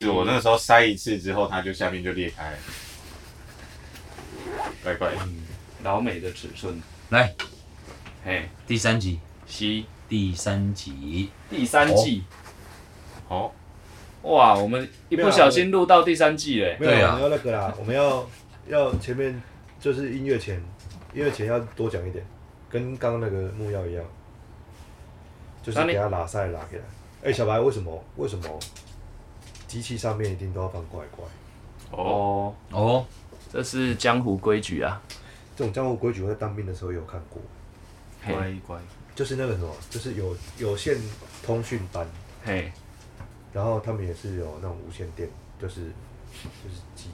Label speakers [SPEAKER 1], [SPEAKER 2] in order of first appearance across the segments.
[SPEAKER 1] 是我那时候塞一次之后，它就下面就裂开了，怪怪的。
[SPEAKER 2] 老美的尺寸，
[SPEAKER 3] 来
[SPEAKER 2] 嘿，
[SPEAKER 3] 第三集，
[SPEAKER 2] 西
[SPEAKER 3] 第三集，
[SPEAKER 2] 第三季，
[SPEAKER 1] 哦，
[SPEAKER 2] 哇，我们一不小心录到第三季嘞，
[SPEAKER 4] 没有，
[SPEAKER 3] 对啊
[SPEAKER 4] 我们要那个啦，我们要要前面就是音乐前，音乐前要多讲一点，跟刚刚那个木曜一样，就是
[SPEAKER 2] 那你
[SPEAKER 4] 给他拉塞拉起来。哎、小白，为什么为什么机器上面一定都要放乖乖？
[SPEAKER 1] 哦，
[SPEAKER 2] 哦，
[SPEAKER 3] 哦，
[SPEAKER 2] 这是江湖规矩啊，
[SPEAKER 4] 这种江湖规矩，我在当兵的时候有看过，
[SPEAKER 2] 嘿，
[SPEAKER 1] 乖，
[SPEAKER 4] 就是那个什么，就是有有线通讯班，
[SPEAKER 2] 嘿，
[SPEAKER 4] 然后他们也是有那种无线电，就是就是基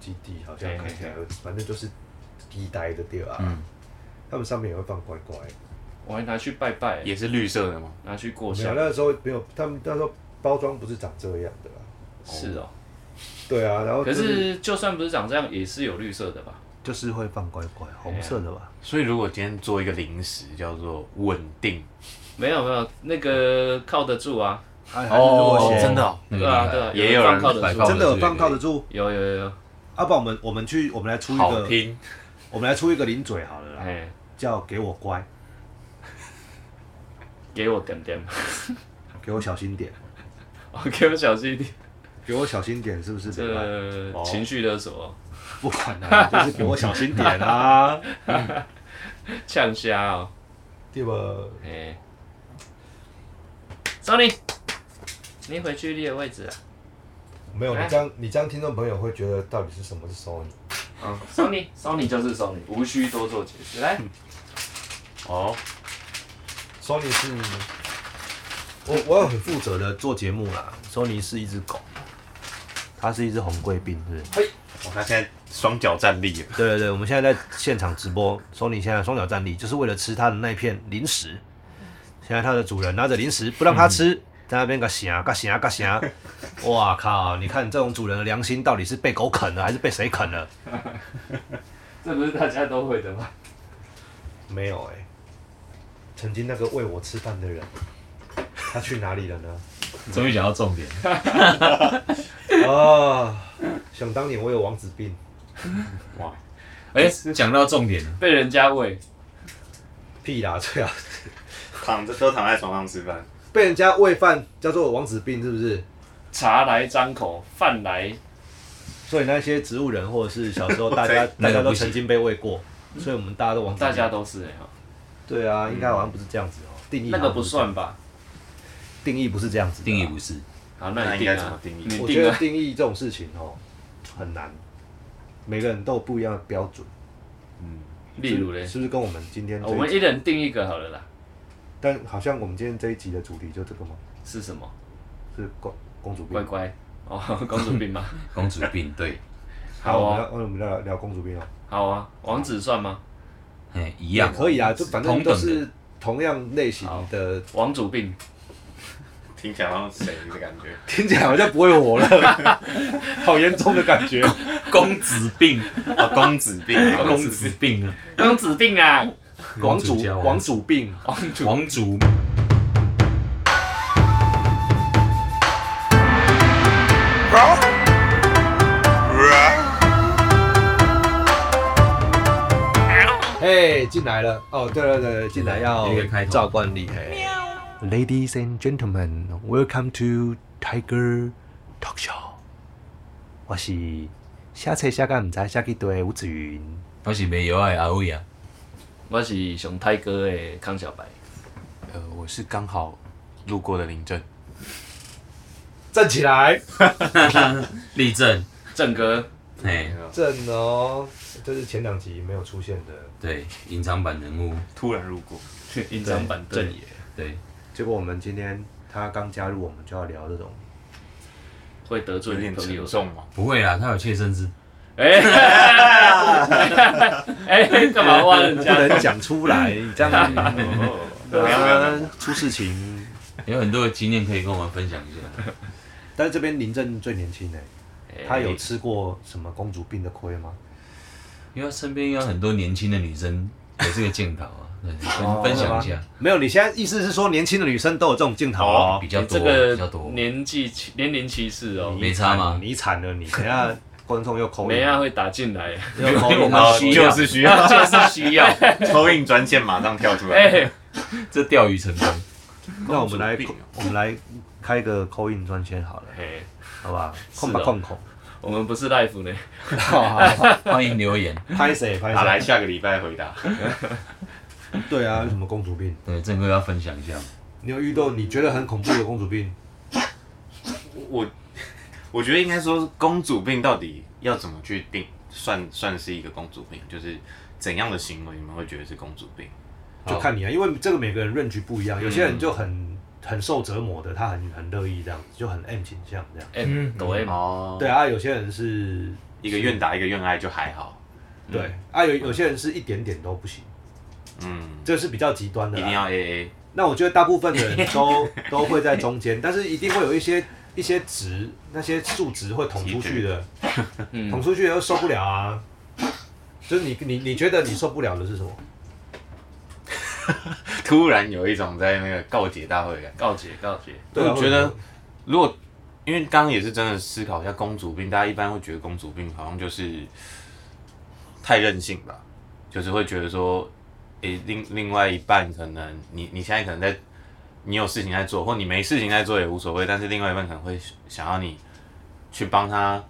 [SPEAKER 4] 基地，好像
[SPEAKER 2] 嘿
[SPEAKER 4] 看起来，反正就是地带的地儿啊。
[SPEAKER 3] 嗯
[SPEAKER 4] 他们上面也会放乖乖。
[SPEAKER 2] 我还拿去拜拜，
[SPEAKER 1] 也是绿色的吗？
[SPEAKER 2] 拿去过
[SPEAKER 4] 没有，
[SPEAKER 2] 香，
[SPEAKER 4] 那时候没有，他们那时候包装不是长这样的啦。
[SPEAKER 2] 是哦，
[SPEAKER 4] 对啊，然后、
[SPEAKER 2] 可
[SPEAKER 4] 就是
[SPEAKER 2] 就算不是长这样，也是有绿色的吧？
[SPEAKER 4] 就是会放乖乖，
[SPEAKER 2] 啊
[SPEAKER 4] 红色的吧？
[SPEAKER 1] 所以如果今天做一个零食叫做稳定，
[SPEAKER 2] 没有没有，那个靠得住啊，
[SPEAKER 4] 哎还还是
[SPEAKER 3] 哦
[SPEAKER 4] 弱些
[SPEAKER 3] 真的
[SPEAKER 1] 哦，
[SPEAKER 3] 那
[SPEAKER 2] 对
[SPEAKER 3] 个
[SPEAKER 2] 啊
[SPEAKER 3] 厉害
[SPEAKER 2] 对啊，
[SPEAKER 1] 也有
[SPEAKER 2] 人
[SPEAKER 1] 人
[SPEAKER 2] 靠得
[SPEAKER 3] 摆
[SPEAKER 2] 住
[SPEAKER 3] 放，
[SPEAKER 4] 真的有放靠得住。
[SPEAKER 2] 有有有有，
[SPEAKER 4] 阿宝，不然我们我们去，我们来出一
[SPEAKER 1] 好
[SPEAKER 4] 个，
[SPEAKER 1] 拼，
[SPEAKER 4] 我们来出一个零嘴好了啦，
[SPEAKER 2] 嘿，
[SPEAKER 4] 叫给我乖，
[SPEAKER 2] 给我点点，
[SPEAKER 4] 给我小心点，
[SPEAKER 2] 我给我小心一点，
[SPEAKER 4] 给我小心点，是不是？
[SPEAKER 2] 这
[SPEAKER 4] 北
[SPEAKER 2] 个
[SPEAKER 1] 哦
[SPEAKER 2] 情绪勒索哦，
[SPEAKER 4] 兰不管啦、就是给我小心点 啊，
[SPEAKER 2] 呛虾哦，
[SPEAKER 4] 对吧？
[SPEAKER 2] 嘿，Sony，你回去你的位置啊，
[SPEAKER 4] 没有，你这样你这样，听众朋友会觉得到底是什么是 Sony？
[SPEAKER 2] 嗯，Sony，Sony 就是 Sony，无需多做解释，来，
[SPEAKER 1] 哦，
[SPEAKER 4] Sony 是，我我要很负责的做节目啦。Sony 是一只狗，它是一只红贵宾，是不是？
[SPEAKER 1] 哦它现在双脚站立了，
[SPEAKER 4] 对对对，我们现在在现场直播，Sony 现在双脚站立，就是为了吃它的那片零食。现在它的主人拿着零食不让它啊吃，在那边嘎响嘎响嘎响，哇靠！你看这种主人的良心到底是被狗啃了还是被谁啃了？
[SPEAKER 2] 这不是大家都会的吗？
[SPEAKER 4] 没有哎、曾经那个喂我吃饭的 人，他去哪里了呢？
[SPEAKER 3] 终于讲到重点，
[SPEAKER 4] 啊，想当年我有王子病。
[SPEAKER 1] 哇，
[SPEAKER 3] 哎，讲到重点了，
[SPEAKER 2] 被人家喂，
[SPEAKER 4] 屁啦， 对啊，
[SPEAKER 1] 躺着都躺在床上吃饭，
[SPEAKER 4] 被人家喂饭叫做王子病，是不是？
[SPEAKER 2] 茶来张口，饭来
[SPEAKER 4] 所以那些植物人或者是小时 候大家
[SPEAKER 1] 我
[SPEAKER 4] 大
[SPEAKER 3] 那
[SPEAKER 4] 家
[SPEAKER 3] 个
[SPEAKER 4] 都
[SPEAKER 3] 不行
[SPEAKER 4] 曾经被喂过，所以我们大家都王子病
[SPEAKER 2] 大家都是哎、欸哦
[SPEAKER 4] 对啊，应该好像不是这样子哦、定义
[SPEAKER 2] 那
[SPEAKER 4] 好
[SPEAKER 2] 个
[SPEAKER 4] 像
[SPEAKER 2] 不
[SPEAKER 4] 是这样，
[SPEAKER 2] 算吧？
[SPEAKER 4] 定义不是这样子的啊，
[SPEAKER 3] 定义不是，
[SPEAKER 2] 好，那
[SPEAKER 1] 那应
[SPEAKER 2] 你定
[SPEAKER 1] 该怎
[SPEAKER 2] 啊
[SPEAKER 1] 么，定义？
[SPEAKER 2] 你
[SPEAKER 4] 我觉
[SPEAKER 2] 定
[SPEAKER 4] 得
[SPEAKER 2] 啊，
[SPEAKER 4] 定义这种事情哦、很难，每个人都有不一样的标准，
[SPEAKER 1] 嗯，
[SPEAKER 2] 例如嘞，
[SPEAKER 4] 是不是跟我们今天
[SPEAKER 2] 啊
[SPEAKER 4] 这
[SPEAKER 2] 我们
[SPEAKER 4] 一
[SPEAKER 2] 一
[SPEAKER 4] 集？
[SPEAKER 2] 人定一个好了啦，
[SPEAKER 4] 但好像我们今天这一集的主题就这个吗？
[SPEAKER 2] 是什么？
[SPEAKER 4] 是公公主病
[SPEAKER 2] 乖。乖哦， 公主病吗？
[SPEAKER 3] 公主病， 对，
[SPEAKER 2] 好
[SPEAKER 4] 我们
[SPEAKER 2] 哦，
[SPEAKER 4] 要我们要聊聊公主病哦、
[SPEAKER 2] 好啊，王子算吗？
[SPEAKER 3] 哎，一
[SPEAKER 4] 一
[SPEAKER 3] 样
[SPEAKER 4] 可以啊，就反正
[SPEAKER 3] 同
[SPEAKER 4] 都
[SPEAKER 3] 等的
[SPEAKER 4] 是同样类型的
[SPEAKER 2] 王主病，
[SPEAKER 1] 听起来好像谁的感觉？
[SPEAKER 4] 听起来好像不会火了，好严重的感觉。
[SPEAKER 3] 公子病，
[SPEAKER 1] 哦，公子 病，
[SPEAKER 3] 公子病啊，
[SPEAKER 2] 公主病啊，
[SPEAKER 4] 王主
[SPEAKER 3] 家
[SPEAKER 4] 王主病，
[SPEAKER 2] 王主
[SPEAKER 3] 王主
[SPEAKER 4] 哎，进来了。哦，对了对了，进来要
[SPEAKER 3] 有一个开头
[SPEAKER 4] 照惯例。哎 Ladies and gentlemen, welcome to Tiger Talk Show。我是下车下干唔知下几队吴子云。
[SPEAKER 3] 我是没有爱阿伟啊，
[SPEAKER 2] 我是熊泰哥的康小白，
[SPEAKER 1] 呃，我是刚好路过的林正，
[SPEAKER 4] 站起来，
[SPEAKER 3] 立正，
[SPEAKER 2] 正哥，
[SPEAKER 3] 哎，
[SPEAKER 4] 正哦。这是前两集没有出现的，
[SPEAKER 3] 对，隐藏版人物，
[SPEAKER 1] 突然路过，
[SPEAKER 2] 隐藏版
[SPEAKER 4] 对
[SPEAKER 2] 正也
[SPEAKER 3] 对，
[SPEAKER 4] 结果我们今天他刚加入，我们就要聊这种
[SPEAKER 2] 会得罪
[SPEAKER 1] 有
[SPEAKER 2] 女
[SPEAKER 1] 点
[SPEAKER 2] 朋友
[SPEAKER 1] 沉。重嘛，
[SPEAKER 3] 不会啦，他有切身之，
[SPEAKER 2] 哎， 哎，干嘛挖人
[SPEAKER 4] 不
[SPEAKER 2] 家？哦
[SPEAKER 4] 能讲出 来，这样子
[SPEAKER 1] 不要不要
[SPEAKER 4] 啊出事情。
[SPEAKER 3] 有很多的经验可以跟我们分享一下，
[SPEAKER 4] 但是这边林正最年轻哎、
[SPEAKER 2] 哎
[SPEAKER 4] 他有吃过什么公主病的亏吗？
[SPEAKER 3] 因为他身边有很多年轻的女生也是个镜头啊，对
[SPEAKER 2] 哦
[SPEAKER 3] 分分享一下，
[SPEAKER 4] 没有，你现在意思是说年轻的女生都有这种镜头哦
[SPEAKER 3] 比？较
[SPEAKER 2] 你
[SPEAKER 3] 多，
[SPEAKER 2] 这
[SPEAKER 3] 比较
[SPEAKER 2] 个
[SPEAKER 3] 多，
[SPEAKER 2] 年纪歧年龄歧视哦，
[SPEAKER 3] 没啊差吗？
[SPEAKER 4] 你惨了，你等一下观众又口
[SPEAKER 2] 梅
[SPEAKER 4] 音，
[SPEAKER 2] 亚会打进来，
[SPEAKER 4] 又口
[SPEAKER 3] 我
[SPEAKER 4] 音
[SPEAKER 3] 们
[SPEAKER 1] 哦
[SPEAKER 4] 了。
[SPEAKER 3] 需要
[SPEAKER 1] 就是需要
[SPEAKER 2] 就是需要。
[SPEAKER 1] 抽印专线马上跳出来。
[SPEAKER 2] 哎，
[SPEAKER 3] 这钓鱼成功，
[SPEAKER 4] 那我们来
[SPEAKER 1] 公主病哦，
[SPEAKER 4] 我们来开个口音专线好了，
[SPEAKER 2] 嘿
[SPEAKER 4] 好不好？
[SPEAKER 2] 是哦
[SPEAKER 4] 控吧控控，
[SPEAKER 2] 哎我们不是 life 呢，
[SPEAKER 3] 欢迎留言。
[SPEAKER 4] 拍谁拍
[SPEAKER 1] 好，来
[SPEAKER 4] 谁？
[SPEAKER 1] 下个礼拜回答。
[SPEAKER 4] 对啊，有什么公主病？
[SPEAKER 3] 对，郑哥要分享一下，
[SPEAKER 4] 你有遇到你觉得很恐怖的公主病？
[SPEAKER 1] 我 我觉得应该说，公主病到底要怎么去定，算算是一个公主病，就是怎样的行为你们会觉得是公主病？
[SPEAKER 4] 就看你啊，因为这个每个人认知不一样，有
[SPEAKER 1] 嗯
[SPEAKER 4] 些人就很很受折磨的，他很很乐意这样子，就很 M 倾向这样。
[SPEAKER 2] 哎
[SPEAKER 3] 嗯，
[SPEAKER 2] 抖 M，
[SPEAKER 1] 哦嗯
[SPEAKER 4] 对，啊，有些人是，
[SPEAKER 1] 一个愿打一个愿挨就还好，
[SPEAKER 4] 对啊，有有些人是一点点都不行，
[SPEAKER 1] 嗯，
[SPEAKER 4] 这是比较极端
[SPEAKER 1] 一
[SPEAKER 4] 的啊
[SPEAKER 1] 定
[SPEAKER 4] 啦。
[SPEAKER 1] 要 A A，
[SPEAKER 4] 那我觉得大部分的 人都都会在中间，但是一定会有一些一些值，那些数值会捅出去的，捅
[SPEAKER 2] 嗯，
[SPEAKER 4] 出去又受不了啊。就是你你你觉得你受不了的是什么？
[SPEAKER 1] 突然有一种在那个告解大会的感觉。
[SPEAKER 2] 告解告解，
[SPEAKER 4] 对啊，
[SPEAKER 1] 我觉得如果因为刚刚也是真的思考一下公主病，大家一般会觉得公主病好像就是太任性吧，就是会觉得说，诶、另另外一半可能你你现在可能在你有事情在做，或你没事情在做也无所谓，但是另外一半可能会想要你去帮他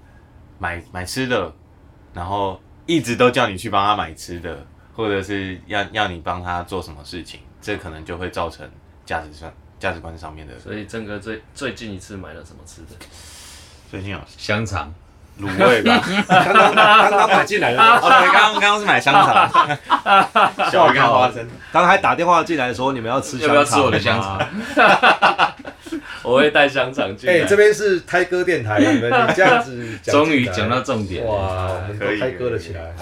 [SPEAKER 1] 买买吃的，然后一直都叫你去帮他买吃的，或者是要要你帮他做什么事情，这可能就会造成价值上价值观上面的。
[SPEAKER 2] 所以郑哥最最近一次买了什么吃的？
[SPEAKER 1] 最近有
[SPEAKER 3] 香肠，
[SPEAKER 1] 卤味吧？
[SPEAKER 4] 刚刚刚刚买进 来
[SPEAKER 1] 哦，
[SPEAKER 4] 了，
[SPEAKER 1] 对，刚刚刚刚是买香 肠，小鱼干花生。
[SPEAKER 4] 刚还打电话进来说你们要吃
[SPEAKER 3] 要不要吃我的
[SPEAKER 4] 香
[SPEAKER 3] 香
[SPEAKER 4] 肠
[SPEAKER 3] 肠
[SPEAKER 4] 吗？
[SPEAKER 2] 我会带香肠进
[SPEAKER 4] 哎、
[SPEAKER 2] 来
[SPEAKER 4] 这。边是开歌电台，你们你这样子讲进 来，
[SPEAKER 3] 终于讲到重点。
[SPEAKER 4] 哇，我们都开歌了起来。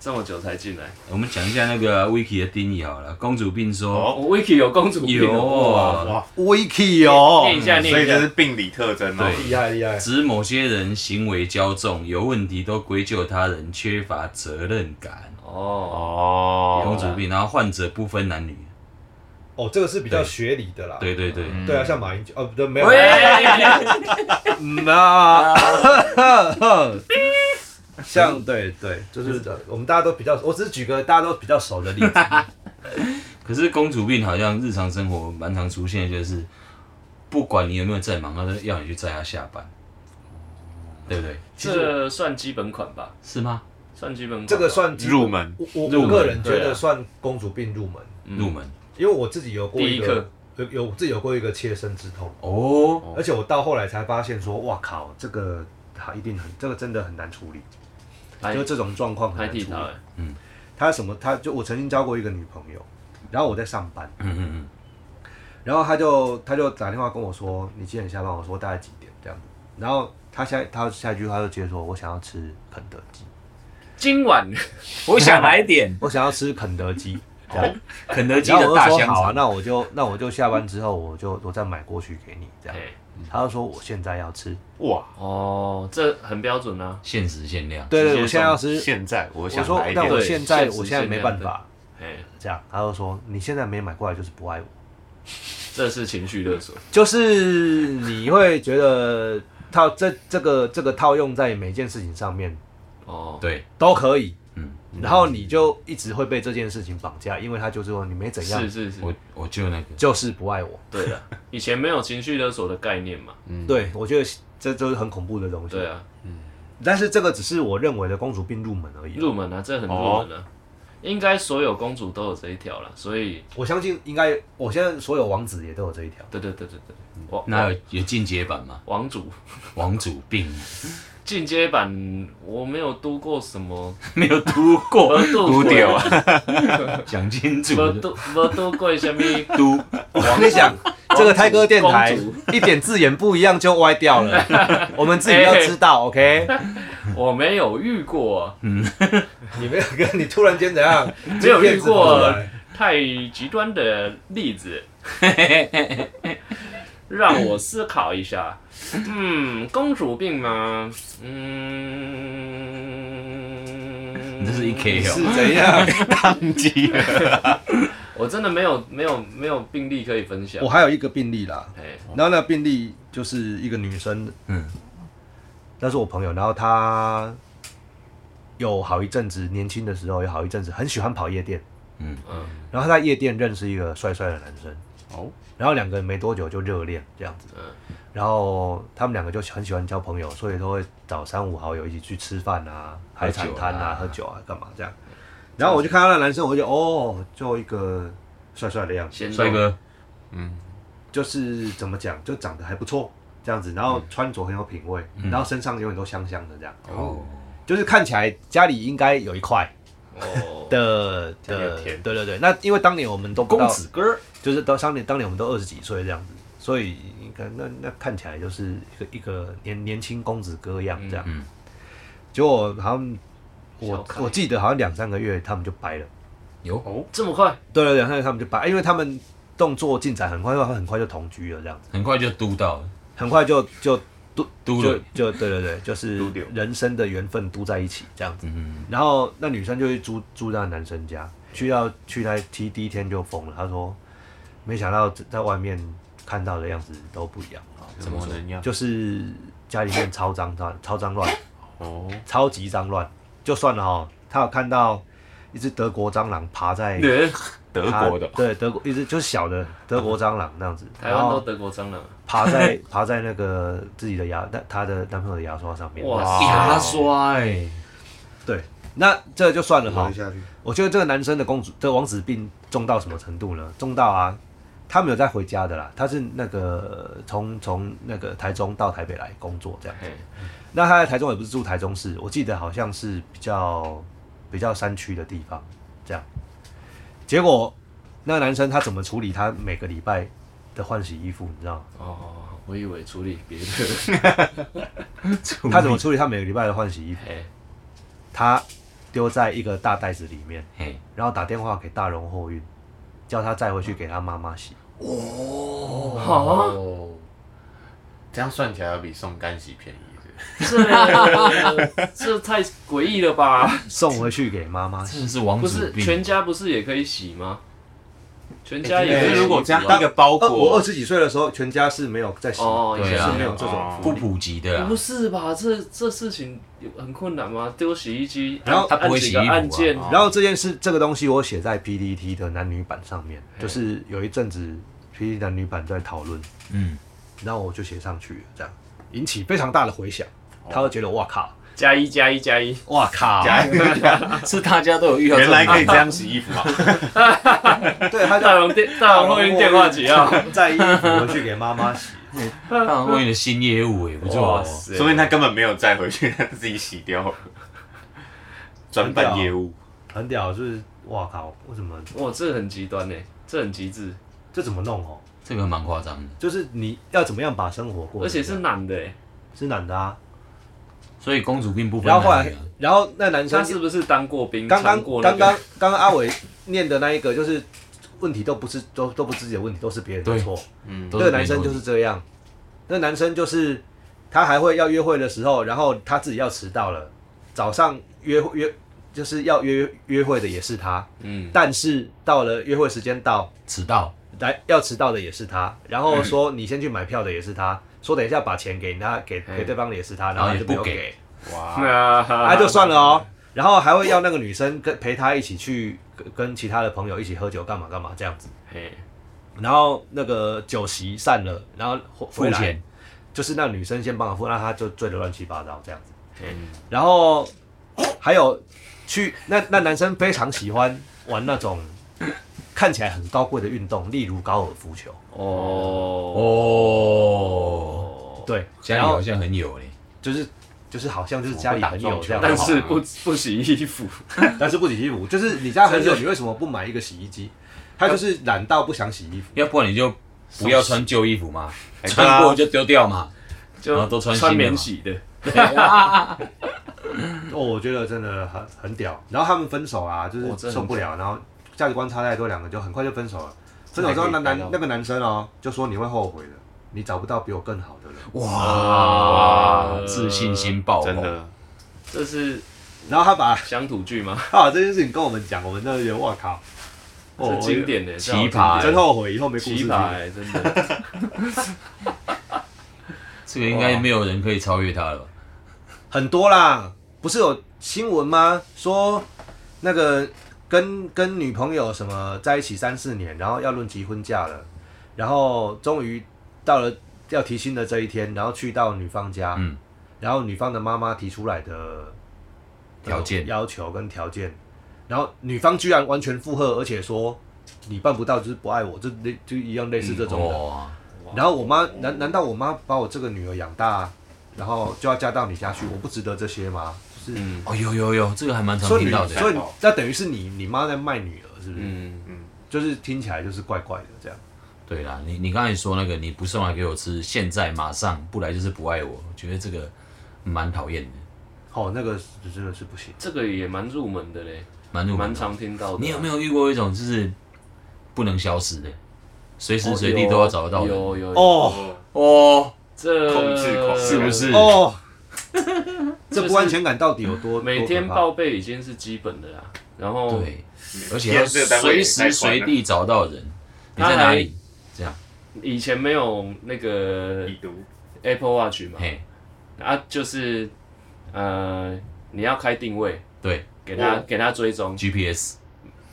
[SPEAKER 2] 这么久才进来，
[SPEAKER 3] 我们讲一下那个 Wiki 的定义好了。公主病说，
[SPEAKER 1] 哦
[SPEAKER 2] 我 Vicky 有公主病
[SPEAKER 3] 有
[SPEAKER 2] 哦，
[SPEAKER 3] 哦
[SPEAKER 4] 哇，Wiki 哦，
[SPEAKER 2] 念一下
[SPEAKER 1] 所
[SPEAKER 2] 念
[SPEAKER 1] 以
[SPEAKER 2] 一
[SPEAKER 1] 这是
[SPEAKER 2] 下，
[SPEAKER 1] 病理特征哦。
[SPEAKER 4] 厉害厉害，
[SPEAKER 3] 指某些人行为骄纵，有问题都归咎他人，缺乏责任感，
[SPEAKER 2] 哦，
[SPEAKER 1] 哦，
[SPEAKER 3] 公主病。然后患者不分男女。
[SPEAKER 4] 哦，这个是比较学理的啦。
[SPEAKER 3] 对对对，
[SPEAKER 4] 对啊，像马英九，哦，不对，没有，
[SPEAKER 2] 喂，
[SPEAKER 4] 嗯啊，像嗯对对，就是我们大家都比较，我只是举个大家都比较熟的例子。
[SPEAKER 3] 可是公主病好像日常生活蛮常出现，就是不管你有没有在忙，他都要你去载他下班，对不对？
[SPEAKER 2] 这算基本款吧？
[SPEAKER 3] 是吗？
[SPEAKER 2] 算基本款吧，
[SPEAKER 4] 这个算基本
[SPEAKER 1] 入门
[SPEAKER 4] 我我
[SPEAKER 3] 入
[SPEAKER 4] 我
[SPEAKER 3] 门
[SPEAKER 4] 个人觉
[SPEAKER 2] 对
[SPEAKER 4] 得
[SPEAKER 2] 啊
[SPEAKER 4] 算公主病入门，
[SPEAKER 3] 入门
[SPEAKER 4] 因为我自己有过
[SPEAKER 2] 第一
[SPEAKER 4] 个
[SPEAKER 2] 课
[SPEAKER 4] 有有我自己有过一个切身之痛。
[SPEAKER 3] 哦，
[SPEAKER 4] 而且我到后来才发现说，哇靠，这个他一定很，这个真的很难处理，
[SPEAKER 2] 拍
[SPEAKER 4] 就这种状况很
[SPEAKER 2] 拍
[SPEAKER 4] 难
[SPEAKER 2] 哎地
[SPEAKER 4] 处
[SPEAKER 2] 毯
[SPEAKER 4] 理。，他什么？他就我曾经交过一个女朋友，然后我在上班，
[SPEAKER 3] 嗯嗯
[SPEAKER 4] 然后他就他就打电话跟我说，你几点下班？我说大概几点这样子。然后他下他下一句话就接着说，我想要吃肯德基，
[SPEAKER 2] 今晚
[SPEAKER 3] 嗯，我想来 点
[SPEAKER 4] 我想要吃肯德基。这样，
[SPEAKER 3] 哦肯德基
[SPEAKER 4] 然后
[SPEAKER 3] 的
[SPEAKER 4] 我
[SPEAKER 3] 大
[SPEAKER 4] 就说
[SPEAKER 3] 香
[SPEAKER 4] 好啊，
[SPEAKER 3] 肠，
[SPEAKER 4] 那我就那我就下班之后，我就我再买过去给你这样。
[SPEAKER 2] 哎
[SPEAKER 4] 他就说我现在要吃，
[SPEAKER 1] 哇，
[SPEAKER 2] 哦，这很标准啊，
[SPEAKER 3] 限时限量。
[SPEAKER 4] 对
[SPEAKER 1] 直
[SPEAKER 4] 对，
[SPEAKER 1] 接
[SPEAKER 4] 我现在要
[SPEAKER 1] 从
[SPEAKER 4] 吃。
[SPEAKER 1] 现在我
[SPEAKER 4] 我
[SPEAKER 1] 想
[SPEAKER 4] 说
[SPEAKER 1] 来一，
[SPEAKER 4] 但
[SPEAKER 1] 点
[SPEAKER 4] 我
[SPEAKER 2] 对
[SPEAKER 4] 现在
[SPEAKER 2] 现实
[SPEAKER 4] 我现在
[SPEAKER 2] 限
[SPEAKER 4] 没
[SPEAKER 2] 量
[SPEAKER 4] 办
[SPEAKER 2] 的
[SPEAKER 4] 法，
[SPEAKER 2] 哎，
[SPEAKER 4] 这样，他就说你现在没买过来就是不爱我，
[SPEAKER 2] 这是情绪勒索，
[SPEAKER 4] 就是你会觉得套这这个这个套用在每件事情上面
[SPEAKER 2] 哦，
[SPEAKER 3] 对，
[SPEAKER 4] 都可以，
[SPEAKER 3] 嗯，
[SPEAKER 4] 然后你就一直会被这件事情绑架，因为他就是说你没怎样
[SPEAKER 2] 是，是是，
[SPEAKER 3] 我我就那个
[SPEAKER 4] 就是不爱我。
[SPEAKER 2] 对了，以前没有情绪勒索的概念嘛，
[SPEAKER 1] 嗯
[SPEAKER 4] 对，我觉得这就是很恐怖的东西。
[SPEAKER 2] 嗯对，啊，
[SPEAKER 4] 但是这个只是我认为的公主病入门而已。
[SPEAKER 2] 入门啊，这很入门啊，应该所有公主都有这一条了，所以，
[SPEAKER 4] 我相信应该，我现在所有王子也都有这一 条。
[SPEAKER 2] 对对对对对，王
[SPEAKER 3] 那有有进阶版吗？
[SPEAKER 2] 王主
[SPEAKER 3] 王主病啊
[SPEAKER 2] 进阶版我没有读过什么，
[SPEAKER 3] 没有哦读过，
[SPEAKER 2] 没读
[SPEAKER 1] 古
[SPEAKER 2] 过
[SPEAKER 1] 典啊，
[SPEAKER 3] 讲清楚。
[SPEAKER 2] 没读没读过什么
[SPEAKER 3] 读
[SPEAKER 4] 我跟你讲，这个泰哥电台
[SPEAKER 2] 公
[SPEAKER 4] 一点字眼不一样就歪掉 了，我们自己要知道，OK？
[SPEAKER 2] 我没有遇过啊、
[SPEAKER 4] 你没有跟你突然间怎样？
[SPEAKER 2] 没有遇过
[SPEAKER 4] 这个片子跑出来
[SPEAKER 2] 太极端的例 子，让我思考一下。嗯，公主病吗？嗯，
[SPEAKER 3] 你这是一 K
[SPEAKER 1] 是
[SPEAKER 3] 哦，
[SPEAKER 1] 怎样宕机了？
[SPEAKER 2] 我真的没有没有没有病例可以分享
[SPEAKER 4] 我。还有一个病例啦，
[SPEAKER 2] 哎，
[SPEAKER 4] 然后那个病例就是一个女生，
[SPEAKER 3] 嗯，
[SPEAKER 4] 那是我朋友，然后她有好一阵子年轻的时候有好一阵子很喜欢跑夜店，
[SPEAKER 2] 嗯，
[SPEAKER 4] 然后她在夜店认识一个帅帅的男生，
[SPEAKER 1] 哦，
[SPEAKER 4] 然后两个人没多久就热恋这样子，然后他们两个就很喜欢交朋友，所以都会找三五好友一起去吃饭啊、海产摊啊、喝
[SPEAKER 3] 喝
[SPEAKER 4] 酒啊、干嘛这样。然后我就看到那男生，我就哦，就一个帅帅的样子，
[SPEAKER 2] 先
[SPEAKER 3] 帅哥，
[SPEAKER 4] 就是怎么讲，就长得还不错这样子，然后穿着很有品味，然后身上永远都香香的这样，
[SPEAKER 3] 哦，
[SPEAKER 4] 就是看起来家里应该有一块
[SPEAKER 2] 哦，
[SPEAKER 4] 的
[SPEAKER 1] 家里有
[SPEAKER 4] 的，对
[SPEAKER 1] 田
[SPEAKER 4] 对对。那因为当年我们都不
[SPEAKER 3] 公
[SPEAKER 4] 到，
[SPEAKER 3] 子哥儿，
[SPEAKER 4] 就是到当年当年我们都二十几岁这样子，所以应该那那看起来就是一个一个年年轻公子哥样这样。
[SPEAKER 3] 嗯嗯
[SPEAKER 4] 结果好像
[SPEAKER 2] 小
[SPEAKER 4] 我
[SPEAKER 2] 凯
[SPEAKER 4] 我记得好像两三个月他们就掰了，
[SPEAKER 3] 有
[SPEAKER 2] 这么快，
[SPEAKER 4] 对对，两三个月他们就掰，因为他们动作进展很快，很快就同居了这样子，
[SPEAKER 3] 很快就嘟到了，
[SPEAKER 4] 很快就就
[SPEAKER 3] 嘟
[SPEAKER 4] 就
[SPEAKER 3] 了，
[SPEAKER 4] 就对对对，就是
[SPEAKER 1] 都丢
[SPEAKER 4] 人生的缘分都在一起这样子。
[SPEAKER 3] 嗯，
[SPEAKER 4] 然后那女生就去住住那男生家，去到去他第第一天就疯了，她说没想到在外面看到的样子都不一样，
[SPEAKER 1] 怎么能样？
[SPEAKER 4] 就是家里面超脏乱，超脏乱，
[SPEAKER 1] 哦，
[SPEAKER 4] 超级脏乱。就算了哈，她有看到一只德国蟑螂爬
[SPEAKER 3] 哎
[SPEAKER 4] 在
[SPEAKER 2] 对，
[SPEAKER 1] 德
[SPEAKER 4] 她
[SPEAKER 1] 国的，
[SPEAKER 4] 对德国一只就是小的德国蟑螂那样子，
[SPEAKER 2] 台
[SPEAKER 4] 然
[SPEAKER 2] 湾都
[SPEAKER 4] 后
[SPEAKER 2] 德国蟑螂，
[SPEAKER 4] 爬在 爬在那个自己的牙，那她的男朋友的牙刷上面。
[SPEAKER 2] 哇
[SPEAKER 1] 哦
[SPEAKER 3] 牙刷哎，
[SPEAKER 4] 对，那这就算了哈。
[SPEAKER 1] 下去，
[SPEAKER 4] 我觉得这个男生的公主，这个王子病重到什么程度呢？重到啊，他没有再回家的啦，他是那个呃从从那个台中到台北来工作这样。
[SPEAKER 2] 嘿，
[SPEAKER 4] 那他在台中也不是住台中市，我记得好像是比较比较山区的地方这样。结果那个男生他怎么处理他每个礼拜的换洗衣服，你知道吗？
[SPEAKER 2] 哦，我以为处理别的，
[SPEAKER 4] 他怎么处理他每个礼拜的换洗衣服？
[SPEAKER 2] 嘿，
[SPEAKER 4] 他丢在一个大袋子里面，
[SPEAKER 3] 嘿，
[SPEAKER 4] 然后打电话给大荣货运，叫他再回去给他妈妈洗。
[SPEAKER 2] 好啊，
[SPEAKER 1] 哦，这样算起来要比送干洗便宜是不是
[SPEAKER 2] 这这太诡异了吧？
[SPEAKER 4] 送回去给妈妈洗。
[SPEAKER 3] 真的是王
[SPEAKER 2] 不
[SPEAKER 3] 子
[SPEAKER 2] 是
[SPEAKER 3] 病，
[SPEAKER 2] 全家不是也可以洗吗？全家
[SPEAKER 1] 哎
[SPEAKER 2] 也可以
[SPEAKER 1] 可
[SPEAKER 2] 洗
[SPEAKER 1] 是如果这样
[SPEAKER 2] 吧
[SPEAKER 1] 一个包
[SPEAKER 4] 呃我
[SPEAKER 1] 裹
[SPEAKER 4] 二，十几岁的时候，全家是没有在洗，
[SPEAKER 2] 哦，
[SPEAKER 3] 对
[SPEAKER 2] 以前
[SPEAKER 3] 啊
[SPEAKER 4] 是没有这种
[SPEAKER 1] 哦
[SPEAKER 4] 福
[SPEAKER 3] 不
[SPEAKER 4] 利。
[SPEAKER 3] 普及的啊啦
[SPEAKER 2] 不，是吧？这这事情有很困难吗？丢洗衣机，
[SPEAKER 4] 然后
[SPEAKER 2] 按
[SPEAKER 3] 他不会洗衣服啊
[SPEAKER 2] 按几个按键，
[SPEAKER 1] 哦
[SPEAKER 4] 然后这件事，这个东西我写在 PPT 的男女版上面，就是有一阵子 PPT 男女版在讨论，
[SPEAKER 3] 嗯，
[SPEAKER 4] 然后我就写上去了，这样引起非常大的回响。
[SPEAKER 2] 哦
[SPEAKER 4] 他会觉得哇靠，
[SPEAKER 2] 加一加一加一，
[SPEAKER 4] 哇靠，
[SPEAKER 3] 是大家都有遇到这
[SPEAKER 1] 原
[SPEAKER 3] 种
[SPEAKER 1] 来可以 这样洗衣服啊！
[SPEAKER 4] 对， 他
[SPEAKER 2] 大
[SPEAKER 4] 叫
[SPEAKER 2] 龙电大龙货运电话几号？
[SPEAKER 4] 在衣服回去给妈妈 洗，
[SPEAKER 3] 大王的新业务哎，不错
[SPEAKER 2] 哇
[SPEAKER 3] 哦，
[SPEAKER 2] 塞，
[SPEAKER 1] 说不定他根本没有再回去，他自己洗掉了。转版业务，
[SPEAKER 4] 很屌，就是哇靠，为什么
[SPEAKER 2] 哇，这很极端呢，这很极致，
[SPEAKER 4] 这怎么弄哦？
[SPEAKER 3] 这个蛮夸张的。
[SPEAKER 4] 就是你要怎么样把生活过
[SPEAKER 2] 而
[SPEAKER 4] 得这样，
[SPEAKER 2] 且是男的哎，
[SPEAKER 4] 是男的啊。
[SPEAKER 3] 所以公主病不分
[SPEAKER 4] 然后后
[SPEAKER 3] 男
[SPEAKER 4] 来
[SPEAKER 3] 女啊，，
[SPEAKER 4] 然后那男
[SPEAKER 2] 他
[SPEAKER 4] 生
[SPEAKER 2] 是不是当过兵？
[SPEAKER 4] 刚刚
[SPEAKER 2] 尝过
[SPEAKER 4] 刚
[SPEAKER 2] 那
[SPEAKER 4] 刚
[SPEAKER 2] 个
[SPEAKER 4] 刚刚阿伟念的那一个，就是问题都不是都都不是自己的问题，都是别人的
[SPEAKER 3] 对
[SPEAKER 4] 错。
[SPEAKER 1] 嗯，
[SPEAKER 3] 都
[SPEAKER 4] 这个
[SPEAKER 3] 是
[SPEAKER 4] 男生就是这样，那男生就是他还会要约会的时候，然后他自己要迟到了，早上约会约就是要约约会的也是他，
[SPEAKER 2] 嗯，
[SPEAKER 4] 但是到了约会时间到
[SPEAKER 3] 迟到，
[SPEAKER 4] 来要迟到的也是他，然后说你先去买票的也是他，说等一下把钱给他给给对方的也是他，然后
[SPEAKER 3] 然后也
[SPEAKER 4] 他就没有
[SPEAKER 3] 不给
[SPEAKER 4] 给。
[SPEAKER 1] 哇，
[SPEAKER 2] 那
[SPEAKER 4] 啊，就算了哦。然后还会要那个女生跟陪她一起去跟跟其他的朋友一起喝酒，干嘛干嘛这样子。
[SPEAKER 2] 嘿，
[SPEAKER 4] 然后那个酒席散了，然后回
[SPEAKER 3] 付
[SPEAKER 4] 回来
[SPEAKER 3] 钱，
[SPEAKER 4] 就是那女生先帮我付，那她就醉得乱七八糟这样子。
[SPEAKER 2] 嘿，
[SPEAKER 4] 然后还有去那那男生非常喜欢玩那种看起来很高贵的运动，例如高尔夫球。
[SPEAKER 2] 哦
[SPEAKER 3] 哦，
[SPEAKER 2] 哦，
[SPEAKER 4] 对，
[SPEAKER 3] 家里
[SPEAKER 4] 然
[SPEAKER 3] 好
[SPEAKER 4] 后
[SPEAKER 3] 像很有嘞，
[SPEAKER 4] 就是就是好像就是家里
[SPEAKER 1] 怎么
[SPEAKER 4] 很
[SPEAKER 1] 不打
[SPEAKER 4] 有
[SPEAKER 1] 撞球
[SPEAKER 4] 这样，
[SPEAKER 2] 但是不不洗衣服，
[SPEAKER 4] 但是不洗衣服，就是你家很
[SPEAKER 2] 这
[SPEAKER 4] 有，
[SPEAKER 2] 就
[SPEAKER 4] 你为什么不买一个洗衣机？他就是懒到不想洗衣服，
[SPEAKER 3] 要不然你就不要穿旧衣服嘛，
[SPEAKER 1] 哎
[SPEAKER 3] 穿过就丢掉嘛，然
[SPEAKER 2] 就
[SPEAKER 3] 后都穿新的嘛
[SPEAKER 2] 穿免洗的，
[SPEAKER 4] 哦，我觉得真的很很屌。然后他们分手啊，就
[SPEAKER 2] 哦这很
[SPEAKER 4] 是受不了，然后价值观差太多，两个就很快就分手了。分手之后，那
[SPEAKER 1] 这还可以看
[SPEAKER 4] 男
[SPEAKER 1] 到
[SPEAKER 4] 那个男生哦，就说你会后悔的，你找不到比我更好的人。
[SPEAKER 3] 哇
[SPEAKER 2] 哇，
[SPEAKER 3] 啊自信心爆
[SPEAKER 1] 真
[SPEAKER 3] 棚，
[SPEAKER 1] 的，
[SPEAKER 2] 这是
[SPEAKER 4] 然后他把
[SPEAKER 2] 乡土剧吗？
[SPEAKER 4] 他把这件事情跟我们讲，我们真的觉得哇靠，哦
[SPEAKER 2] 这经典的
[SPEAKER 3] 奇
[SPEAKER 2] 这好
[SPEAKER 3] 葩
[SPEAKER 2] 经
[SPEAKER 4] 真
[SPEAKER 2] 典
[SPEAKER 4] 后悔以后没故事
[SPEAKER 2] 奇
[SPEAKER 4] 听。
[SPEAKER 2] 葩欸，真的。
[SPEAKER 3] 这个应该没有人可以超越他了吧？
[SPEAKER 4] 很多啦，不是有新闻吗？说那个跟跟女朋友什么在一起三四年，然后要论及婚嫁了，然后终于到了要提亲的这一天，然后去到女方家，
[SPEAKER 3] 嗯，
[SPEAKER 4] 然后女方的妈妈提出来的
[SPEAKER 3] 条件
[SPEAKER 4] 要求跟条件，然后女方居然完全附和，而且说你办不到就是不爱我，这类就一样类似这种的。
[SPEAKER 3] 哇，
[SPEAKER 4] 然后我妈难难道我妈把我这个女儿养大，然后就要嫁到你家去？我不值得这些吗？就是，
[SPEAKER 2] 嗯
[SPEAKER 3] 哦有有有，这个还蛮常
[SPEAKER 4] 所以
[SPEAKER 3] 听
[SPEAKER 4] 你
[SPEAKER 3] 到的。
[SPEAKER 4] 所以你那等于是你你妈在卖女儿，是不是？
[SPEAKER 2] 嗯，
[SPEAKER 4] 就是听起来就是怪怪的这样。
[SPEAKER 3] 对啦，你你刚才说那个你不送来给我吃，现在马上不来就是不爱我，我觉得这个蛮讨厌的，
[SPEAKER 4] 哦，那个是真的是不行。
[SPEAKER 2] 这个也蛮入门的嘞，
[SPEAKER 3] 蛮入门
[SPEAKER 2] 蛮
[SPEAKER 3] 的。
[SPEAKER 2] 常听到的啊。
[SPEAKER 3] 你有没有遇过一种就是不能消失的，随时
[SPEAKER 2] 哦
[SPEAKER 3] 随地都要找得到的？
[SPEAKER 2] 有啊有有
[SPEAKER 4] 哦
[SPEAKER 1] 哦，
[SPEAKER 3] 哦，
[SPEAKER 2] 这
[SPEAKER 1] 控制狂
[SPEAKER 3] 是不是？
[SPEAKER 4] 哦，
[SPEAKER 2] 就
[SPEAKER 4] 这
[SPEAKER 2] 是
[SPEAKER 4] 不安全感到底有多？
[SPEAKER 2] 每天
[SPEAKER 4] 多可怕
[SPEAKER 2] 报备已经是基本的啦？然后
[SPEAKER 3] 对，而且要随时随地找到人，你在哪里？
[SPEAKER 2] 以前没有那个
[SPEAKER 1] 已读，
[SPEAKER 2] Apple Watch 嘛，
[SPEAKER 3] 嘿，
[SPEAKER 2] 啊，就是呃，你要开定位，
[SPEAKER 3] 对
[SPEAKER 2] 给他
[SPEAKER 1] 哦
[SPEAKER 2] 给他追踪，
[SPEAKER 3] ，GPS，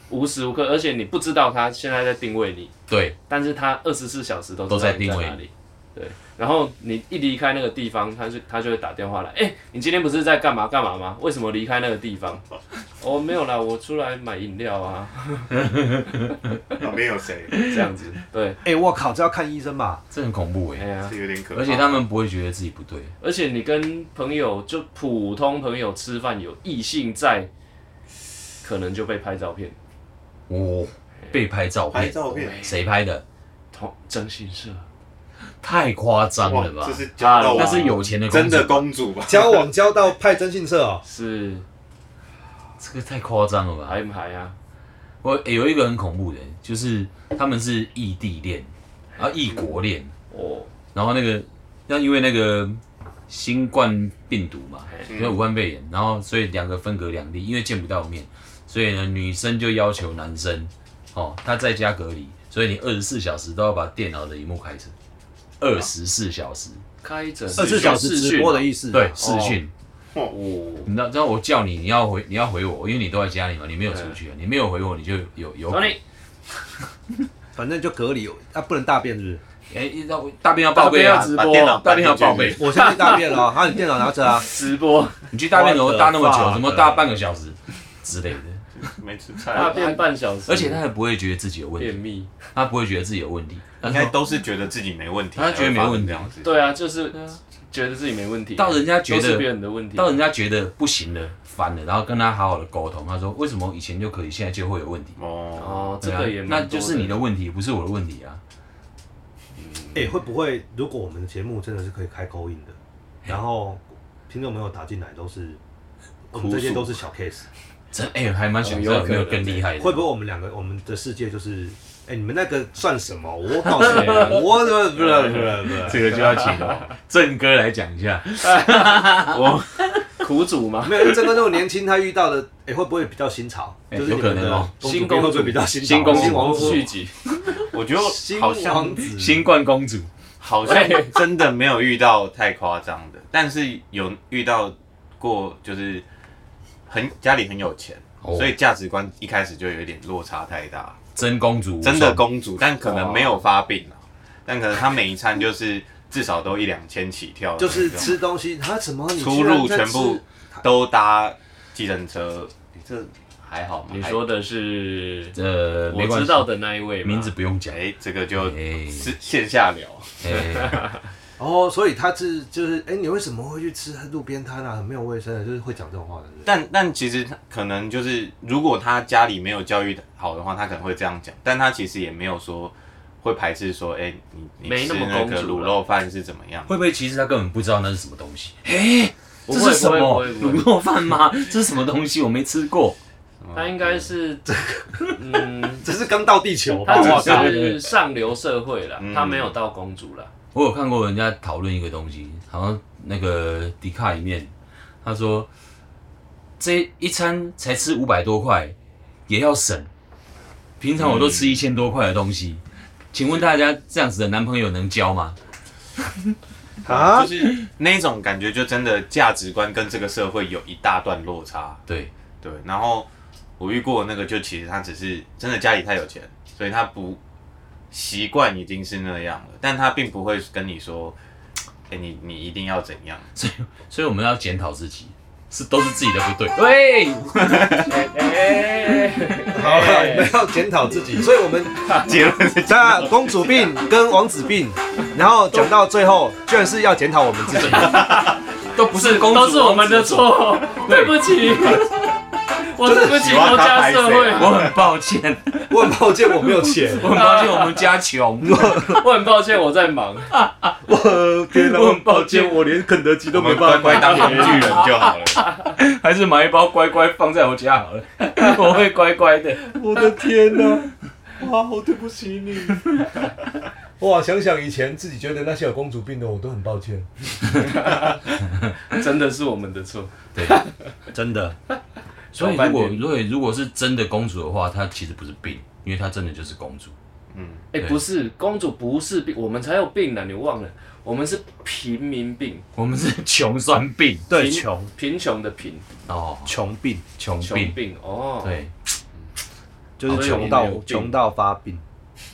[SPEAKER 2] 无时无刻，而且你不知道他现在在定位你，
[SPEAKER 3] 对，
[SPEAKER 2] 但是他二十四小时都
[SPEAKER 3] 都
[SPEAKER 2] 知
[SPEAKER 3] 在
[SPEAKER 2] 道你
[SPEAKER 3] 定位
[SPEAKER 2] 哪里。对，然后你一离开那个地方，他就他就会打电话来，哎、你今天不是在干嘛干嘛吗？为什么离开那个地方？哦，没有啦，我出来买饮料啊，
[SPEAKER 1] 旁哦边有谁？
[SPEAKER 2] 这样子。对，
[SPEAKER 4] 哎、我靠，这要看医生吧？
[SPEAKER 3] 这很恐怖
[SPEAKER 2] 哎
[SPEAKER 3] 哎，
[SPEAKER 2] 呀，
[SPEAKER 1] 这有点可怕。
[SPEAKER 3] 而且他们不会觉得自己不对，
[SPEAKER 2] 而且你跟朋友就普通朋友吃饭，有异性在，可能就被拍照片。
[SPEAKER 3] 哦，被拍照
[SPEAKER 1] 拍
[SPEAKER 3] 片，
[SPEAKER 1] 照片，
[SPEAKER 3] 谁拍的？
[SPEAKER 2] 同征信社，
[SPEAKER 3] 太夸张
[SPEAKER 1] 哇
[SPEAKER 3] 了吧
[SPEAKER 1] 这？是交到
[SPEAKER 2] 啊
[SPEAKER 3] 那是有钱的公
[SPEAKER 1] 真
[SPEAKER 3] 主，
[SPEAKER 1] 的公主 吧？
[SPEAKER 4] 交往交到派征信社哦，
[SPEAKER 2] 是
[SPEAKER 3] 这个太夸张了吧？
[SPEAKER 2] 还不还啊？
[SPEAKER 3] 我、欸有一个很恐怖的，就是他们是异地恋，啊异国恋，
[SPEAKER 2] 哦，
[SPEAKER 3] 然后那个那因为那个新冠病毒嘛，
[SPEAKER 2] 嗯
[SPEAKER 3] 因为武汉肺炎，然后所以两个分隔两地，因为见不到面，所以呢女生就要求男生哦他在家隔离，所以你二十四小时都要把电脑的荧幕开着，二十四小时
[SPEAKER 2] 开着
[SPEAKER 4] 二十四小时直播的意
[SPEAKER 2] 啊
[SPEAKER 4] 思。
[SPEAKER 3] 对视讯。
[SPEAKER 2] 哦，
[SPEAKER 3] 你知道，知道我叫你，你要回，你要回我，因为你都在家里嘛，你没有出去啊，你没有回我，你就有有。
[SPEAKER 2] 然后
[SPEAKER 3] 哎
[SPEAKER 2] 嗯你，
[SPEAKER 4] 反正就隔离，啊，不能大便是不是？
[SPEAKER 3] 哎一到大便要报备
[SPEAKER 2] 大便
[SPEAKER 3] 啊
[SPEAKER 2] 要直，
[SPEAKER 1] 把电脑
[SPEAKER 3] 大便要报备，
[SPEAKER 4] 我下去大 便了、哦，啊，你电脑拿着啊。
[SPEAKER 2] 直播
[SPEAKER 3] 你去大便怎么大那么
[SPEAKER 4] What the
[SPEAKER 3] 久，怎么大半个小时之类的，
[SPEAKER 1] 没吃菜，
[SPEAKER 2] 大便半小时，
[SPEAKER 3] 而且他还不会觉得自己有问
[SPEAKER 2] 便
[SPEAKER 3] 题，
[SPEAKER 2] 秘。
[SPEAKER 3] 他不会觉得自己有问题，
[SPEAKER 1] 应该都是觉得自己没问题，
[SPEAKER 3] 他觉得没问
[SPEAKER 1] 才会发生
[SPEAKER 3] 题
[SPEAKER 1] 这样子。
[SPEAKER 2] 对啊，就是觉得自己没问题，
[SPEAKER 3] 到人家觉
[SPEAKER 2] 都是别
[SPEAKER 3] 得。
[SPEAKER 2] 人的问题，
[SPEAKER 3] 到人家觉得不行了，烦了，然后跟他好好的沟通。他说：“为什么以前就可以，现在就会有问题
[SPEAKER 1] 哦，
[SPEAKER 2] 哦？”，这
[SPEAKER 3] 对啊
[SPEAKER 2] 个也蛮
[SPEAKER 3] 那
[SPEAKER 2] 多
[SPEAKER 3] 就是你的问题，不是我的问题啊。
[SPEAKER 4] 哎、会不会如果我们的节目真的是可以开口音的，然后听众朋友打进来都是，我们这些都是小 case，
[SPEAKER 3] 真哎、还蛮想
[SPEAKER 2] 哦
[SPEAKER 3] 知
[SPEAKER 2] 有
[SPEAKER 3] 道有没有
[SPEAKER 2] 可能
[SPEAKER 3] 更厉害的。
[SPEAKER 4] 会不会我们两个我们的世界就是，哎、你们那个算什么？我告诉你， 我不不不
[SPEAKER 3] 这个就要请郑哥来讲 一下。
[SPEAKER 2] 嗯苦主嘛
[SPEAKER 4] 不，，没有，因为郑哥那么年轻，他遇到的，哎、会不会比较新潮？
[SPEAKER 3] 哎
[SPEAKER 4] 就是你
[SPEAKER 3] 有可
[SPEAKER 4] 们
[SPEAKER 3] 能哦
[SPEAKER 4] 的公主
[SPEAKER 2] 新
[SPEAKER 4] 病
[SPEAKER 2] 公
[SPEAKER 4] 会不会
[SPEAKER 2] 主
[SPEAKER 4] 比较新潮
[SPEAKER 3] 新公主
[SPEAKER 4] 新王
[SPEAKER 2] 续
[SPEAKER 4] 子，
[SPEAKER 2] 集
[SPEAKER 1] 我觉得
[SPEAKER 4] 新
[SPEAKER 1] 好像
[SPEAKER 4] 王子，
[SPEAKER 3] 新冠公主，
[SPEAKER 1] 好像真的没有遇到太夸张的， 但是有遇到过，就是很家里很有钱，
[SPEAKER 3] 哦
[SPEAKER 1] 所以价值观一开始就有一点落差太大。
[SPEAKER 3] 真公主，
[SPEAKER 1] 真的公主，但可能没有发病啊，但可能她每一餐就是至少都一两千起跳的那
[SPEAKER 4] 就
[SPEAKER 1] 种，
[SPEAKER 4] 是吃东西，他怎么你
[SPEAKER 1] 出入全部都搭计程车，欸这还好吗？
[SPEAKER 2] 你说的是
[SPEAKER 3] 呃，没
[SPEAKER 2] 我
[SPEAKER 3] 关
[SPEAKER 2] 知
[SPEAKER 3] 系，
[SPEAKER 2] 道的那一位嘛
[SPEAKER 3] 名字，不用讲。
[SPEAKER 1] 哎，这个就
[SPEAKER 3] 哎
[SPEAKER 1] 是线下聊，
[SPEAKER 3] 哎，
[SPEAKER 4] 哦，所以他是就是，哎、你为什么会去吃路边摊啊？很没有卫生的，就是会讲这种话的人。
[SPEAKER 1] 但但其实他可能就是，如果他家里没有教育好的话，他可能会这样讲，但他其实也没有说会排斥说，哎，你你
[SPEAKER 2] 没
[SPEAKER 1] 吃
[SPEAKER 2] 那么
[SPEAKER 1] 那
[SPEAKER 2] 公
[SPEAKER 1] 个
[SPEAKER 2] 主
[SPEAKER 1] 卤
[SPEAKER 2] 了
[SPEAKER 1] 肉饭是怎么样？
[SPEAKER 3] 会不会其实他根本不知道那是什么东西？
[SPEAKER 2] 不
[SPEAKER 3] 这
[SPEAKER 2] 会
[SPEAKER 3] 是什
[SPEAKER 2] 不
[SPEAKER 3] 么
[SPEAKER 2] 会不会
[SPEAKER 3] 卤肉饭吗？这是什么东西？我没吃过。
[SPEAKER 2] 他应该是嗯，
[SPEAKER 4] 这是刚到地球吧？
[SPEAKER 2] 他
[SPEAKER 4] 我靠！
[SPEAKER 2] 只是上流社会啦
[SPEAKER 1] 嗯，
[SPEAKER 2] 他没有到公主啦。
[SPEAKER 3] 我有看过人家讨论一个东西，好像那个迪卡里面，他说这一餐才吃五百多块，也要省。平常我都吃一千多块的东西，请问大家这样子的男朋友能交吗？
[SPEAKER 4] 啊
[SPEAKER 1] 就，是那种感觉，就真的价值观跟这个社会有一大段落差。
[SPEAKER 3] 对，
[SPEAKER 1] 对，然后我遇过的那个，就其实他只是真的家里太有钱，所以他不习惯已经是那样了，但他并不会跟你说，哎、你你一定要怎样。
[SPEAKER 3] 所以我们要检讨自己，是都是自己的不对。 喂，
[SPEAKER 4] 好了，
[SPEAKER 2] 哎
[SPEAKER 4] 你们要检讨自 己。所以我们
[SPEAKER 1] 结论是
[SPEAKER 4] 那公主病跟王子病，然后讲到最后，居然是要检讨我们自 己。
[SPEAKER 3] 都不是公主，
[SPEAKER 2] 都是我们的错，对不起，我对不起国家社会，
[SPEAKER 3] 我很抱 歉，
[SPEAKER 4] 我很抱歉，我没有钱。
[SPEAKER 3] 我很抱歉，我们家穷。
[SPEAKER 2] 我很抱歉，我在忙。
[SPEAKER 4] 我天哪，
[SPEAKER 3] 我很抱歉
[SPEAKER 4] 我连肯德基
[SPEAKER 1] 我
[SPEAKER 4] 都
[SPEAKER 1] 们乖乖当
[SPEAKER 4] 买
[SPEAKER 1] 工具人就好了。
[SPEAKER 3] 还是买一包乖乖放在我家好了， 我会乖乖的。
[SPEAKER 4] 我的天哪、哇，好对不起你。 哇，想想以前自己觉得那些有公主病的，我都很抱歉。
[SPEAKER 2] 真的是我们的错。
[SPEAKER 4] 真的，
[SPEAKER 3] 所以如果如果如果是真的公主的话，她其实不是病，因为她真的就是公主。
[SPEAKER 2] 哎、
[SPEAKER 3] 对
[SPEAKER 2] 不是，公主不是病，我们才有病呢，你忘了，我们是平民病，
[SPEAKER 3] 我们是穷酸 病
[SPEAKER 4] 对，
[SPEAKER 2] 贫
[SPEAKER 4] 穷
[SPEAKER 2] 贫穷的贫，
[SPEAKER 3] 哦，
[SPEAKER 4] 穷病
[SPEAKER 3] 穷
[SPEAKER 2] 穷
[SPEAKER 3] 病
[SPEAKER 2] 病哦。，
[SPEAKER 3] 对，
[SPEAKER 1] 哦
[SPEAKER 4] 就是
[SPEAKER 2] 好
[SPEAKER 4] 穷
[SPEAKER 2] 像
[SPEAKER 4] 到
[SPEAKER 2] 有病
[SPEAKER 4] 穷到发病。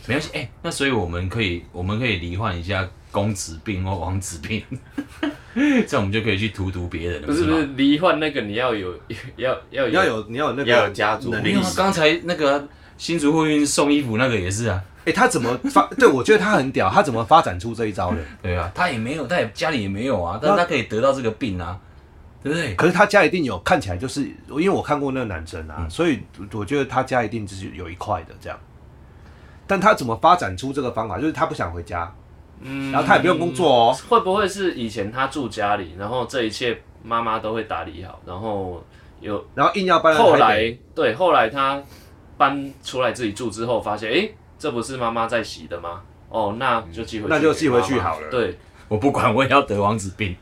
[SPEAKER 3] 没关系。哎、那所以我们可以我们可以罹患一下公子病或王子病， 这样我们就可以去荼毒别人了，
[SPEAKER 2] 不是不
[SPEAKER 3] 吗
[SPEAKER 2] 是，罹患那个你要有 要要
[SPEAKER 4] 你要有你要有那个
[SPEAKER 1] 要有家族
[SPEAKER 4] 能
[SPEAKER 3] 没
[SPEAKER 4] 力
[SPEAKER 3] 有。啊，刚才那个新竹货运送衣服那个也是啊，
[SPEAKER 4] 哎、他怎么发？ 对我觉得他很屌，他怎么发展出这一招的？
[SPEAKER 3] 对啊，他也没有，他也家里也没有啊，但是
[SPEAKER 4] 那
[SPEAKER 3] 他可以得到这个病啊，对不对？
[SPEAKER 4] 可是他家一定有，看起来就是因为我看过那个男生啊，所以我觉得他家一定就是有一块的这样。但他怎么发展出这个方法？就是他不想回家，
[SPEAKER 2] 嗯
[SPEAKER 4] 然后他也不用工作哦。
[SPEAKER 2] 会不会是以前他住家里，然后这一切妈妈都会打理好，然后有
[SPEAKER 4] 然后硬要搬
[SPEAKER 2] 后
[SPEAKER 4] 台北
[SPEAKER 2] 来对后来他搬出来自己住之后，发现哎、诶这不是妈妈在洗的吗？哦，那就寄回去给妈妈，
[SPEAKER 4] 嗯那就寄回去好了
[SPEAKER 2] 对，
[SPEAKER 3] 我不管，我也要得王子病。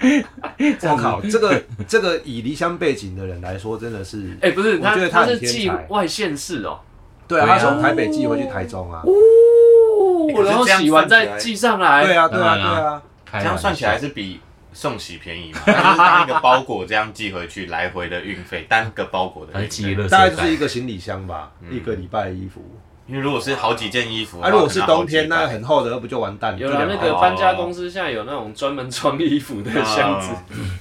[SPEAKER 4] 我靠，这个这个以离乡背景的人来说，真的是，
[SPEAKER 2] 哎、不是
[SPEAKER 4] 我
[SPEAKER 2] 他
[SPEAKER 4] 觉得他
[SPEAKER 2] 他
[SPEAKER 4] 很
[SPEAKER 2] 是
[SPEAKER 4] 天
[SPEAKER 2] 寄
[SPEAKER 4] 才
[SPEAKER 2] 外县市哦。
[SPEAKER 4] 对啊，
[SPEAKER 3] 对啊
[SPEAKER 4] 他从台北寄回去台中啊，
[SPEAKER 2] 哦，然后洗完再寄上来。
[SPEAKER 4] 对啊，对
[SPEAKER 3] 当
[SPEAKER 4] 啊，
[SPEAKER 3] 然
[SPEAKER 4] 对
[SPEAKER 3] 啊
[SPEAKER 4] 啊，
[SPEAKER 3] 这
[SPEAKER 1] 这样算起来是比送洗便宜嘛？它就是当一个包裹这样寄回去，来回的运费，单个包裹的
[SPEAKER 3] 还
[SPEAKER 1] 运
[SPEAKER 3] 记
[SPEAKER 1] 费。
[SPEAKER 3] 了，
[SPEAKER 4] 大概就是一个行李箱吧，一个礼拜的衣服。
[SPEAKER 1] 因为如果是好几件衣服，
[SPEAKER 4] 啊，如果是冬天，
[SPEAKER 1] 然后
[SPEAKER 4] 那
[SPEAKER 1] 可能
[SPEAKER 4] 很厚的，那不就完蛋了？啊
[SPEAKER 2] 有
[SPEAKER 4] 就
[SPEAKER 2] 了
[SPEAKER 4] 两
[SPEAKER 2] 那
[SPEAKER 4] 包
[SPEAKER 2] 个搬家公司现在有那种专门装衣服的
[SPEAKER 1] 啊
[SPEAKER 2] 箱子，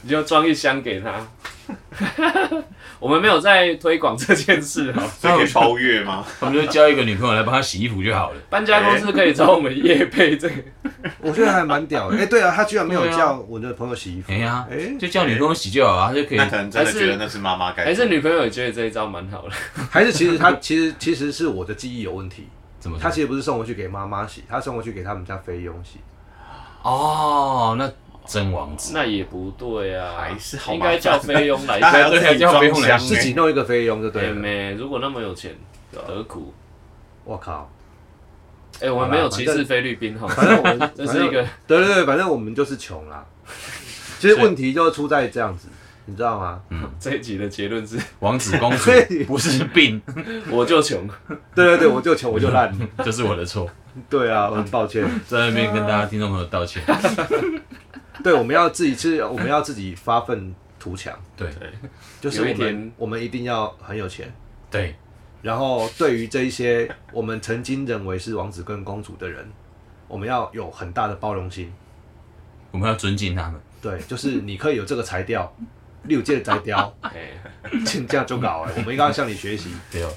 [SPEAKER 2] 你就装一箱给他。 我们没有在推广这件事哦，
[SPEAKER 1] 好几百，所以可以包月吗？
[SPEAKER 3] 我们就交一个女朋友来帮他洗衣服就好了。
[SPEAKER 2] 搬家公司可以找我们业配这个。
[SPEAKER 4] 我觉得还蛮屌的。哎，对啊，他居然没有
[SPEAKER 3] 对啊
[SPEAKER 4] 叫我的朋友洗衣服
[SPEAKER 3] 哎。呀
[SPEAKER 4] 哎，
[SPEAKER 3] 就叫女朋友洗就好啊，她就可以
[SPEAKER 1] 那可能真的觉得那是妈妈该
[SPEAKER 2] 还
[SPEAKER 1] 做
[SPEAKER 2] 是
[SPEAKER 1] 的。
[SPEAKER 2] 女朋友也觉得这一招蛮好的，
[SPEAKER 4] 还是其实他 其实其实是我的记忆有问题，
[SPEAKER 3] 怎么说？
[SPEAKER 4] 他其实不是送回去给妈妈洗，他送回去给他们家菲佣洗。
[SPEAKER 3] 哦，那真王 子，
[SPEAKER 2] 那也不对啊，
[SPEAKER 1] 还是好
[SPEAKER 2] 应
[SPEAKER 1] 麻烦
[SPEAKER 2] 该叫菲佣 来
[SPEAKER 1] 那还要
[SPEAKER 2] 做。
[SPEAKER 3] 对
[SPEAKER 1] 自己装箱，欸
[SPEAKER 4] 自己弄一个菲佣就对
[SPEAKER 2] 对
[SPEAKER 4] 了。
[SPEAKER 2] 没？如果那么有钱，何苦？
[SPEAKER 4] 我靠，
[SPEAKER 2] 哎，我们没有歧视菲律宾哈，哦
[SPEAKER 4] 反正我们
[SPEAKER 2] 这是一个
[SPEAKER 4] 对对对，反正我们就是 穷啦。其实问题就出在这样子，你知道吗？
[SPEAKER 2] 这一集的结论是，
[SPEAKER 3] 王子公主
[SPEAKER 4] 所以
[SPEAKER 3] 不是病，
[SPEAKER 2] 我就穷。
[SPEAKER 4] 对对对，我就穷，我就 烂。
[SPEAKER 3] 这是我的错，
[SPEAKER 4] 对啊，我很抱歉。
[SPEAKER 3] 在那边跟大家听众朋友道歉。
[SPEAKER 4] 啊对，我们要自己是，我们要自己发愤图强。
[SPEAKER 3] 对
[SPEAKER 4] 就是
[SPEAKER 2] 有一
[SPEAKER 4] 我们
[SPEAKER 2] 天
[SPEAKER 4] 我们一定要很有钱。
[SPEAKER 3] 对，
[SPEAKER 4] 然后对于这一些我们曾经认为是王子跟公主的人，我们要有很大的包容心。
[SPEAKER 3] 我们要尊敬他们。
[SPEAKER 4] 对，就是你可以有这个才调， 六届才调，
[SPEAKER 2] 哎
[SPEAKER 4] 请这样就搞哎、我们应该要向你学习，
[SPEAKER 3] 对哦，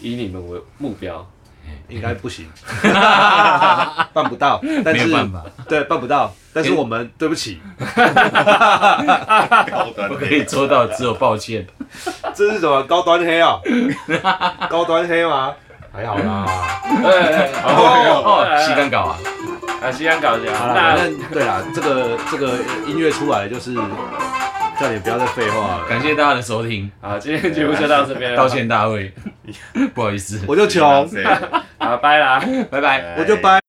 [SPEAKER 2] 以你们为目标，
[SPEAKER 4] 应该不 行，办不到，但
[SPEAKER 3] 没有
[SPEAKER 4] 是
[SPEAKER 3] 办法，
[SPEAKER 4] 对办不到，但是我们对不起，
[SPEAKER 1] 高端的
[SPEAKER 3] 不
[SPEAKER 4] 啊
[SPEAKER 3] 可以做到，只有抱歉。
[SPEAKER 4] 这是什么高端 黑啊？高端黑吗？还好啦，
[SPEAKER 2] 哎，
[SPEAKER 3] 哦，西干
[SPEAKER 2] 港，
[SPEAKER 3] 稿啊，
[SPEAKER 2] 啊，西港搞一
[SPEAKER 4] 好
[SPEAKER 2] 下，
[SPEAKER 4] 啦，反
[SPEAKER 2] 那
[SPEAKER 4] 正对啦，这个这个音乐出来就是叫你不要再废话了，
[SPEAKER 3] 感谢大家的收听，
[SPEAKER 2] 好，今天节目就到这
[SPEAKER 4] 啊
[SPEAKER 2] 边了，
[SPEAKER 3] 道歉大会，不好意思，
[SPEAKER 4] 我就穷，
[SPEAKER 1] 对啊
[SPEAKER 2] 好，拜啦。
[SPEAKER 3] 拜拜。
[SPEAKER 4] 哎我就掰。